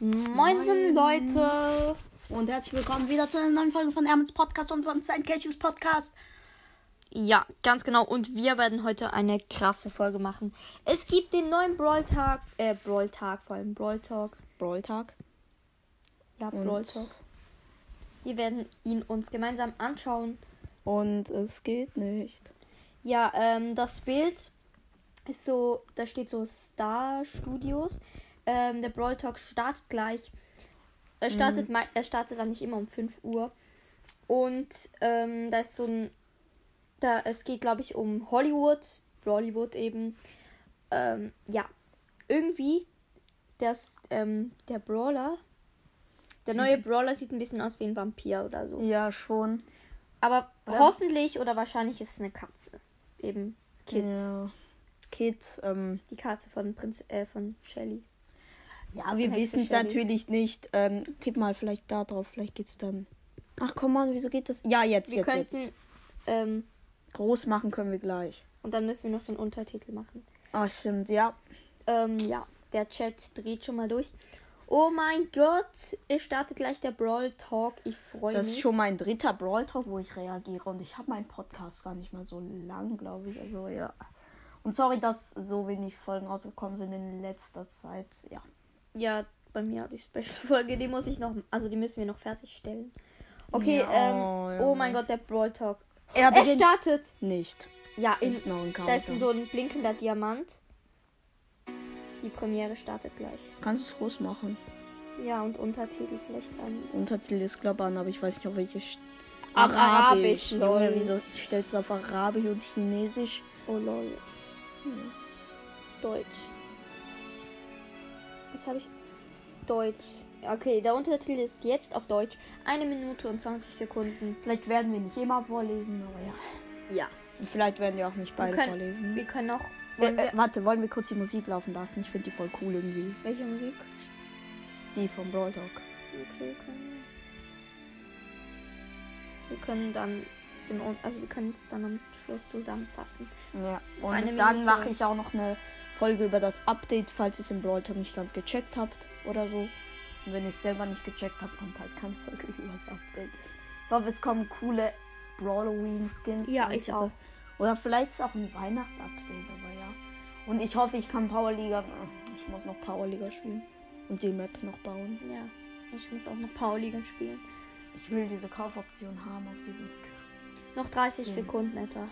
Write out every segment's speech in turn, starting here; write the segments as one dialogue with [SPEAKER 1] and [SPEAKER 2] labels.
[SPEAKER 1] Moinsen, Leute.
[SPEAKER 2] Und herzlich willkommen wieder zu einer neuen Folge von Ermens Podcast und von Sein Cashews Podcast.
[SPEAKER 1] Ja, ganz genau. Und wir werden heute eine krasse Folge machen. Es gibt den neuen Brawl Tag, äh, Brawl Tag vor allem, Brawl Talk, Brawl Tag. Ja,
[SPEAKER 3] Und-
[SPEAKER 1] Brawl Talk. Wir werden ihn uns gemeinsam anschauen.
[SPEAKER 3] Und es geht nicht.
[SPEAKER 1] Ja, ähm, das Bild ist so, da steht so Star Studios. Ähm, der Brawl Talk startet gleich. Er startet, mei- er startet dann nicht immer um 5 Uhr. Und ähm, da ist so ein, da, es geht glaube ich um Hollywood, Bollywood eben. Ähm, ja, irgendwie, das, ähm, der Brawler, der neue Brawler sieht ein bisschen aus wie ein Vampir oder so.
[SPEAKER 3] Ja, schon.
[SPEAKER 1] Aber
[SPEAKER 3] Oder?
[SPEAKER 1] hoffentlich oder wahrscheinlich ist es eine Katze. Eben Kit.
[SPEAKER 3] Ja. Kit, ähm,
[SPEAKER 1] Die Katze von Prinz äh, von Shelly.
[SPEAKER 3] ja, wir
[SPEAKER 1] Hexe
[SPEAKER 3] wissen es
[SPEAKER 1] Shelly.
[SPEAKER 3] natürlich nicht. Ähm, tipp mal vielleicht da drauf, vielleicht geht's dann. Ach komm mal, wieso geht das? Ja, jetzt,
[SPEAKER 1] Wir
[SPEAKER 3] jetzt,
[SPEAKER 1] könnten
[SPEAKER 3] jetzt.
[SPEAKER 1] ähm,
[SPEAKER 3] Groß machen können wir gleich.
[SPEAKER 1] und dann müssen wir noch den Untertitel machen.
[SPEAKER 3] Ah, stimmt, ja.
[SPEAKER 1] Ähm, ja, der Chat dreht schon mal durch. Oh mein Gott, es startet gleich der Brawl Talk. Ich freue
[SPEAKER 3] Das
[SPEAKER 1] mich.
[SPEAKER 3] ist schon mein dritter Brawl Talk, wo ich reagiere. Und ich habe meinen Podcast gar nicht mal so lang, glaube ich. Also, ja. Und sorry, dass so wenig Folgen rausgekommen sind in letzter Zeit. Ja.
[SPEAKER 1] ja, bei mir die Special Folge, die muss ich noch, also die müssen wir noch fertigstellen. Okay,
[SPEAKER 3] Ja,
[SPEAKER 1] ähm,
[SPEAKER 3] ja.
[SPEAKER 1] oh mein Gott, der Brawl Talk.
[SPEAKER 3] Er
[SPEAKER 1] Er
[SPEAKER 3] beginnt
[SPEAKER 1] startet.
[SPEAKER 3] nicht.
[SPEAKER 1] Ja, in,
[SPEAKER 3] Ist noch ein
[SPEAKER 1] da ist
[SPEAKER 3] Countdown.
[SPEAKER 1] so ein blinkender Diamant. Die Premiere startet gleich.
[SPEAKER 3] Kannst du es groß machen?
[SPEAKER 1] Ja, und Untertitel vielleicht an.
[SPEAKER 3] Untertitel ist glaube an, aber ich weiß nicht, auf welche. St-
[SPEAKER 1] Arabisch,
[SPEAKER 3] Junge,
[SPEAKER 1] lol.
[SPEAKER 3] wieso stellst du auf Arabisch und Chinesisch?
[SPEAKER 1] Oh lol. Hm. Deutsch. Was habe ich? Deutsch. Okay, der Untertitel ist jetzt auf Deutsch. Eine Minute und 20 Sekunden.
[SPEAKER 3] Vielleicht werden wir nicht immer vorlesen, aber ja.
[SPEAKER 1] Ja.
[SPEAKER 3] Und vielleicht werden wir auch nicht beide
[SPEAKER 1] Wir können-
[SPEAKER 3] vorlesen.
[SPEAKER 1] Wir können auch. Wollen
[SPEAKER 3] Äh,
[SPEAKER 1] wir,
[SPEAKER 3] äh, warte, wollen wir kurz die Musik laufen lassen? Ich finde die voll cool irgendwie.
[SPEAKER 1] welche Musik?
[SPEAKER 3] Die vom Brawl Talk.
[SPEAKER 1] Okay, wir können. Wir können dann. Den, Un- also, wir können es dann am Schluss zusammenfassen.
[SPEAKER 3] Ja. Und
[SPEAKER 1] Eine
[SPEAKER 3] dann
[SPEAKER 1] Minute.
[SPEAKER 3] mache ich auch noch eine Folge über das Update, falls ihr es im Brawl Talk nicht ganz gecheckt habt oder so. Und wenn ihr es selber nicht gecheckt habt, kommt halt keine Folge über das Update. Ich hoffe, es kommen coole Brawloween Skins.
[SPEAKER 1] Ja,
[SPEAKER 3] sag
[SPEAKER 1] ich
[SPEAKER 3] jetzt
[SPEAKER 1] auch.
[SPEAKER 3] Oder vielleicht ist auch ein Weihnachtsupdate, aber ja. Und ich hoffe, ich kann Powerliga. äh, Ich muss noch Powerliga spielen. Und die Map noch bauen.
[SPEAKER 1] Ja. Ich muss auch noch Pauli spielen.
[SPEAKER 3] Ich will diese Kaufoption haben auf diesen Skins.
[SPEAKER 1] Noch 30 Sekunden etwa.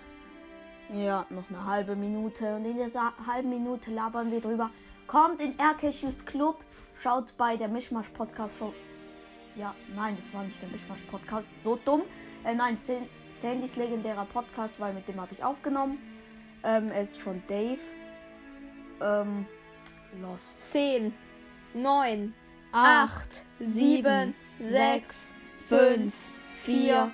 [SPEAKER 3] Ja, noch eine halbe Minute. Und in dieser halben Minute labern wir drüber. Kommt in Aircashews Club, schaut bei der Mischmasch Podcast vor. Ja, nein, das war nicht der Mischmasch Podcast. So dumm. Äh, nein, San- Sandys legendärer Podcast, weil mit dem habe ich aufgenommen. Ähm, er ist von Dave. Ähm, Lost.
[SPEAKER 1] 10, 9,
[SPEAKER 3] Acht,
[SPEAKER 1] 8, 7, 6, 5,
[SPEAKER 3] fünf,
[SPEAKER 1] 4,
[SPEAKER 3] vier,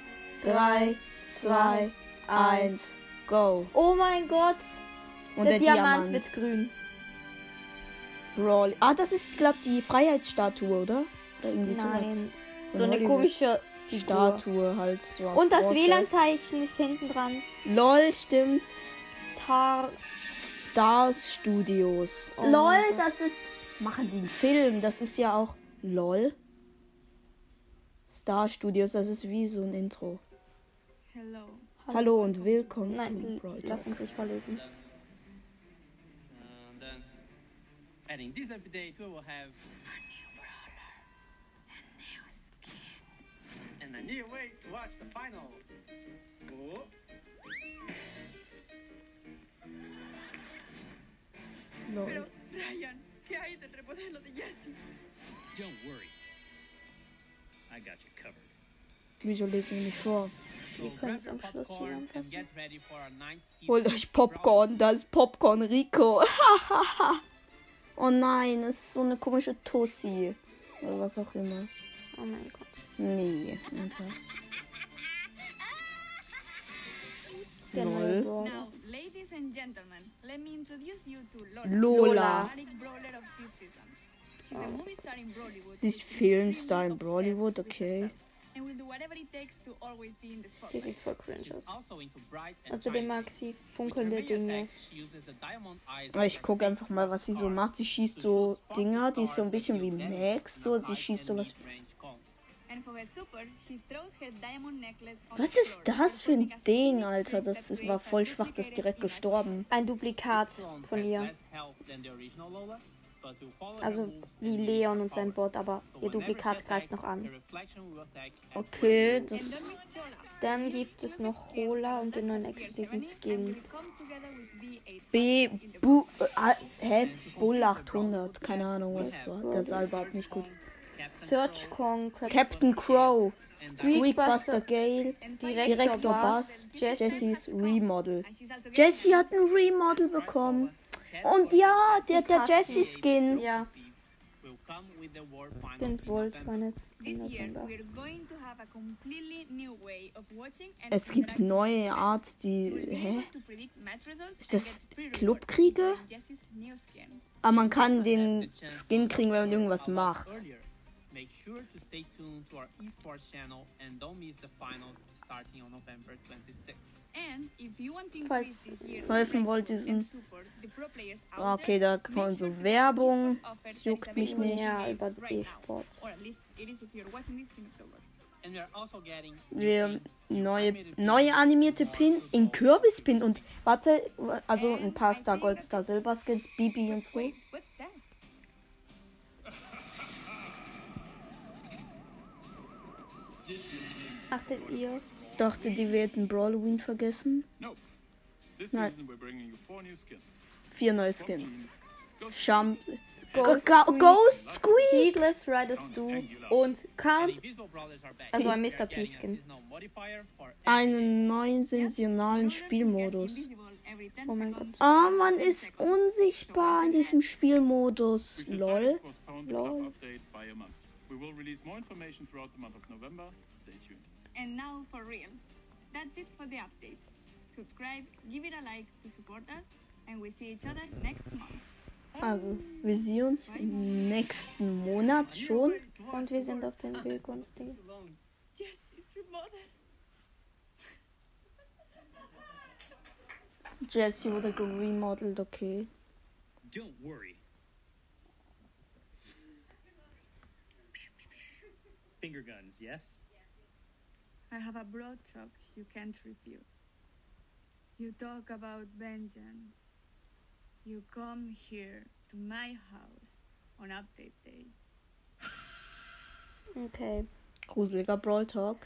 [SPEAKER 1] 3, 2,
[SPEAKER 3] zwei,
[SPEAKER 1] 1.
[SPEAKER 3] eins, go.
[SPEAKER 1] Oh mein Gott,
[SPEAKER 3] Und
[SPEAKER 1] der, Diamant, wird grün.
[SPEAKER 3] Brawl. Ah, das ist, glaube ich, die Freiheitsstatue, oder? Oder irgendwie sowas.
[SPEAKER 1] Nein, so
[SPEAKER 3] Von
[SPEAKER 1] eine
[SPEAKER 3] Hollywood.
[SPEAKER 1] komische Figur.
[SPEAKER 3] Statue halt. So aus
[SPEAKER 1] Und das
[SPEAKER 3] Bronze.
[SPEAKER 1] WLAN-Zeichen ist hinten dran.
[SPEAKER 3] LOL, stimmt.
[SPEAKER 1] Tar
[SPEAKER 3] Stars Studios.
[SPEAKER 1] Oh
[SPEAKER 3] LOL,
[SPEAKER 1] mein Gott.
[SPEAKER 3] das ist. Machen die einen Film. Das ist ja auch. LOL. Star Studios, das ist wie so ein Intro.
[SPEAKER 4] Hello.
[SPEAKER 3] Hallo und willkommen zum
[SPEAKER 1] Nein,
[SPEAKER 3] Brawl
[SPEAKER 1] lass
[SPEAKER 3] Talk.
[SPEAKER 1] uns nicht vorlesen.
[SPEAKER 4] And then adding this update, we will have a new brawler, and new skins, and a new way to watch the finals. Oh.
[SPEAKER 3] LOL.
[SPEAKER 5] Ryan, ¿qué hay del repodelo de Jesse?
[SPEAKER 6] Don't worry. I got you covered.
[SPEAKER 3] Wieso lesen wir nicht vor?
[SPEAKER 4] So
[SPEAKER 1] können es
[SPEAKER 4] your
[SPEAKER 1] am Schluss
[SPEAKER 4] popcorn
[SPEAKER 1] zusammenfassen.
[SPEAKER 4] and get ready for our ninth season.
[SPEAKER 3] Holt euch Popcorn, da ist Popcorn Rico. oh nein, es ist so eine komische Tussi. Oder was auch immer.
[SPEAKER 1] Oh mein Gott.
[SPEAKER 3] Nee, ernsthaft.
[SPEAKER 1] Der neue
[SPEAKER 3] Lol.
[SPEAKER 1] Brawl.
[SPEAKER 5] Now, ladies and gentlemen, let me introduce you to Lola,
[SPEAKER 3] Lola.
[SPEAKER 5] the dramatic brawler of this season. She's a movie star in Bollywood.
[SPEAKER 3] Sie ist Filmstar in Bollywood, okay.
[SPEAKER 5] and will do whatever it takes to always be in the
[SPEAKER 1] Die
[SPEAKER 5] spotlight.
[SPEAKER 1] sieht voll cringe
[SPEAKER 4] She's
[SPEAKER 1] aus.
[SPEAKER 4] also into bright and
[SPEAKER 1] Außerdem
[SPEAKER 4] tiny
[SPEAKER 1] mag sie
[SPEAKER 4] things. With her
[SPEAKER 1] funkelnde
[SPEAKER 4] Mii attack,
[SPEAKER 1] Dinge.
[SPEAKER 4] she uses the diamond eyes
[SPEAKER 3] Aber Ich
[SPEAKER 4] of a
[SPEAKER 3] gucke
[SPEAKER 4] big
[SPEAKER 3] einfach mal, was sie so
[SPEAKER 4] star
[SPEAKER 3] macht. Sie schießt
[SPEAKER 4] to
[SPEAKER 3] so
[SPEAKER 4] shoot spotty
[SPEAKER 3] Dinger, die ist so
[SPEAKER 4] stars
[SPEAKER 3] ein bisschen
[SPEAKER 4] that
[SPEAKER 3] wie
[SPEAKER 4] you damage
[SPEAKER 3] Max.
[SPEAKER 4] in a
[SPEAKER 3] So, sie
[SPEAKER 4] bright
[SPEAKER 3] schießt
[SPEAKER 4] and
[SPEAKER 3] sowas.
[SPEAKER 4] mid-range cone.
[SPEAKER 5] And for her super, she throws her diamond necklace on
[SPEAKER 3] Was
[SPEAKER 5] the
[SPEAKER 3] ist
[SPEAKER 5] floor,
[SPEAKER 3] das für ein
[SPEAKER 5] performing a
[SPEAKER 3] Ding,
[SPEAKER 5] scenic
[SPEAKER 3] Alter?
[SPEAKER 5] trick
[SPEAKER 3] Das ist-
[SPEAKER 5] that
[SPEAKER 3] war
[SPEAKER 5] creates a
[SPEAKER 3] voll schwach, das ist
[SPEAKER 5] duplicated
[SPEAKER 3] direkt
[SPEAKER 5] image.
[SPEAKER 3] gestorben.
[SPEAKER 1] Ein
[SPEAKER 4] This
[SPEAKER 1] Duplikat
[SPEAKER 4] clone
[SPEAKER 1] von
[SPEAKER 4] has
[SPEAKER 1] ihr.
[SPEAKER 4] less health than the original Lola, but you follow her
[SPEAKER 1] Also
[SPEAKER 4] moves and
[SPEAKER 1] wie
[SPEAKER 4] use
[SPEAKER 1] Leon
[SPEAKER 4] her
[SPEAKER 1] und sein
[SPEAKER 4] powers.
[SPEAKER 1] Bot, aber
[SPEAKER 4] So
[SPEAKER 1] ihr
[SPEAKER 4] whenever she
[SPEAKER 1] Duplikat greift
[SPEAKER 4] attacks,
[SPEAKER 1] noch an.
[SPEAKER 4] her reflection will attack as well.
[SPEAKER 3] Okay, das
[SPEAKER 5] And don't miss Chola.
[SPEAKER 1] Dann
[SPEAKER 5] New
[SPEAKER 1] gibt es
[SPEAKER 5] exclusive
[SPEAKER 1] noch
[SPEAKER 5] skin
[SPEAKER 1] Rola und den
[SPEAKER 5] products
[SPEAKER 1] neuen
[SPEAKER 5] of Pier
[SPEAKER 1] exklusiven
[SPEAKER 5] 70 and
[SPEAKER 1] Skin.
[SPEAKER 5] will come together with B8
[SPEAKER 3] B.
[SPEAKER 5] in the
[SPEAKER 3] Bu. Äh, hä? Bull 800. Keine Ahnung, was das war. Der sah
[SPEAKER 4] Search
[SPEAKER 3] überhaupt nicht gut.
[SPEAKER 4] Kong, Captain
[SPEAKER 1] Search
[SPEAKER 4] Crow,
[SPEAKER 1] Kong, Crab-
[SPEAKER 3] Captain Crow.
[SPEAKER 4] and
[SPEAKER 3] Squeakbuster Gale. Direktor Bass. Jessys Remodel.
[SPEAKER 5] also
[SPEAKER 3] Jessie hat ein Remodel bekommen. Und ja, der, der Jessie-Skin.
[SPEAKER 1] Ja,
[SPEAKER 4] will come with the war finals
[SPEAKER 1] den
[SPEAKER 4] in
[SPEAKER 1] Volt
[SPEAKER 4] November.
[SPEAKER 1] waren jetzt
[SPEAKER 5] This year,
[SPEAKER 1] November.
[SPEAKER 5] we're going to have a completely new way of watching and
[SPEAKER 3] Es gibt
[SPEAKER 5] interacting
[SPEAKER 3] neue
[SPEAKER 5] with them.
[SPEAKER 3] Art,
[SPEAKER 5] We'll
[SPEAKER 3] die.
[SPEAKER 5] be
[SPEAKER 3] Hä?
[SPEAKER 5] able to predict match results
[SPEAKER 3] Ist
[SPEAKER 5] and
[SPEAKER 3] das
[SPEAKER 5] get free
[SPEAKER 3] Clubkriege?
[SPEAKER 5] rewards with Jessie's new skin.
[SPEAKER 3] Aber man kann den Skin kriegen, wenn man irgendwas macht.
[SPEAKER 4] Make sure to stay tuned to our esports channel and don't miss the finals starting on November 26th.
[SPEAKER 5] And if you want to
[SPEAKER 1] Falls
[SPEAKER 5] increase this year's
[SPEAKER 3] helfen
[SPEAKER 5] prize
[SPEAKER 3] wollt,
[SPEAKER 5] pool
[SPEAKER 3] ist
[SPEAKER 5] and
[SPEAKER 3] ein-
[SPEAKER 5] support the pro players
[SPEAKER 3] Ah,
[SPEAKER 5] out
[SPEAKER 3] okay, da
[SPEAKER 5] there,
[SPEAKER 3] kommt
[SPEAKER 5] make
[SPEAKER 3] so
[SPEAKER 5] sure to check the
[SPEAKER 3] Werbung.
[SPEAKER 5] esports offer that
[SPEAKER 3] Juckt
[SPEAKER 5] is
[SPEAKER 3] mich
[SPEAKER 5] available
[SPEAKER 3] nicht.
[SPEAKER 1] Ja,
[SPEAKER 5] in
[SPEAKER 1] über
[SPEAKER 5] game right now.
[SPEAKER 1] E-Sport.
[SPEAKER 5] Or at least it is if you're watching this in October.
[SPEAKER 4] And we are also getting new
[SPEAKER 3] Wir
[SPEAKER 4] pins, new
[SPEAKER 3] neue,
[SPEAKER 4] animated pins, also
[SPEAKER 3] neue animierte
[SPEAKER 4] more
[SPEAKER 3] Pins
[SPEAKER 4] football
[SPEAKER 3] in Kürbispin und
[SPEAKER 4] pins.
[SPEAKER 3] warte, also ein paar Star Gold, Star Silber Skins, Bibi und so.
[SPEAKER 5] Wait, what's that?
[SPEAKER 1] Achtet ihr?
[SPEAKER 3] Dachte, die werden Brawloween vergessen.
[SPEAKER 7] Nope. This
[SPEAKER 3] Nein.
[SPEAKER 7] season we're bringing you four new skins.
[SPEAKER 3] Vier neue
[SPEAKER 7] Swamp
[SPEAKER 3] Skins.
[SPEAKER 7] Genie, Ghost
[SPEAKER 3] Jump.
[SPEAKER 1] Ghost
[SPEAKER 3] Ghost,
[SPEAKER 1] Squeak.
[SPEAKER 3] Ghost Squeak!
[SPEAKER 1] Heedless Rider Stu und
[SPEAKER 4] And
[SPEAKER 1] Count
[SPEAKER 4] Invisible Brothers are back.
[SPEAKER 1] Also ein
[SPEAKER 4] We are
[SPEAKER 1] Mr.
[SPEAKER 4] getting a
[SPEAKER 1] P-Skin.
[SPEAKER 4] seasonal modifier for every
[SPEAKER 3] Einen neuen
[SPEAKER 5] In
[SPEAKER 3] sensationalen
[SPEAKER 5] order to get
[SPEAKER 3] Spielmodus.
[SPEAKER 5] invisible every 10
[SPEAKER 1] Oh mein
[SPEAKER 5] seconds,
[SPEAKER 3] Ah,
[SPEAKER 5] every
[SPEAKER 3] man
[SPEAKER 5] 10
[SPEAKER 3] ist
[SPEAKER 5] seconds.
[SPEAKER 3] unsichtbar in diesem Spielmodus.
[SPEAKER 7] We've decided
[SPEAKER 3] Lol.
[SPEAKER 7] to postpone the club update by a month. We will release more information throughout the month of November. Stay tuned.
[SPEAKER 5] And now for real. That's it for the update. Subscribe, give it a like to support us, and we see each other next month.
[SPEAKER 3] Also, wir sehen uns nächsten Monat schon.
[SPEAKER 1] und wir sind auf dem Weg uns die.
[SPEAKER 4] long.
[SPEAKER 5] Yes, it's remodel.
[SPEAKER 3] Jessie wurde geremodelt, okay.
[SPEAKER 8] Don't worry. Finger guns, yes?
[SPEAKER 5] I have a broad talk you can't refuse. You talk about vengeance. You come here to my house on update day.
[SPEAKER 1] Okay.
[SPEAKER 3] Gruseliger Brawl Talk.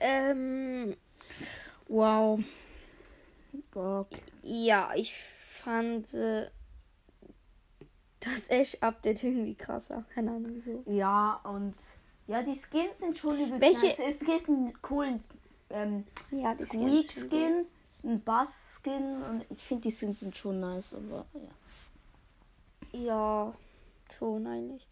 [SPEAKER 1] Ähm,
[SPEAKER 3] Wow. Bock.
[SPEAKER 1] ja, ich fand äh, das Ash-Update irgendwie krasser. Keine Ahnung wieso.
[SPEAKER 9] Ja, und. Ja, die Skins sind schon übelst
[SPEAKER 1] Welche-
[SPEAKER 9] nice. Es gibt einen coolen ähm,
[SPEAKER 1] Ja, das
[SPEAKER 9] Squeak-Skin, einen Bass-Skin und ich finde die Skins sind schon nice, aber ja.
[SPEAKER 1] Ja, schon eigentlich.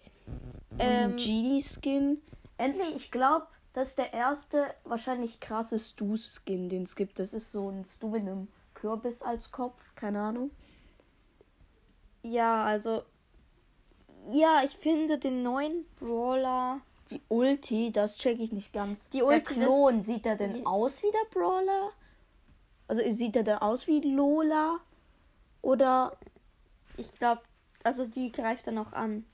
[SPEAKER 1] Ähm,
[SPEAKER 3] Genie-Skin.
[SPEAKER 9] Endlich, ich glaube, das ist der erste wahrscheinlich krasse Stu.
[SPEAKER 3] Skin, den es gibt. Das ist so ein Stu mit einem Kürbis als Kopf. Keine Ahnung.
[SPEAKER 1] ja, also. Ja, ich finde den neuen Brawler.
[SPEAKER 3] Die Ulti, das check ich nicht ganz.
[SPEAKER 1] Die
[SPEAKER 3] der
[SPEAKER 1] Ulti, das-
[SPEAKER 3] Klon, sieht er denn aus wie der Brawler? Also sieht er denn aus wie Lola? Oder.
[SPEAKER 1] Ich glaube, also die greift dann auch an.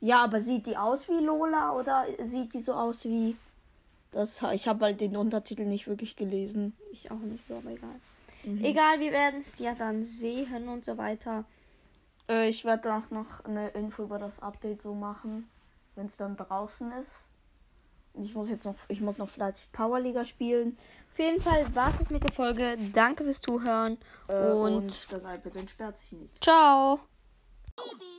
[SPEAKER 3] Ja, aber sieht die aus wie Lola oder sieht die so aus wie. Das, ich habe halt den Untertitel nicht wirklich gelesen.
[SPEAKER 1] Ich auch nicht so, aber egal.
[SPEAKER 9] Mhm.
[SPEAKER 1] Egal, wir werden es ja dann sehen und so weiter.
[SPEAKER 9] Äh, ich werde auch noch eine Info über das Update so machen, wenn es dann draußen ist.
[SPEAKER 3] Und Ich muss jetzt noch, ich muss noch fleißig Powerliga spielen.
[SPEAKER 1] Auf jeden Fall war es mit der Folge. Danke fürs Zuhören
[SPEAKER 9] Äh,
[SPEAKER 1] und
[SPEAKER 9] das iPad entsperrt sich nicht.
[SPEAKER 1] ciao.
[SPEAKER 10] Baby,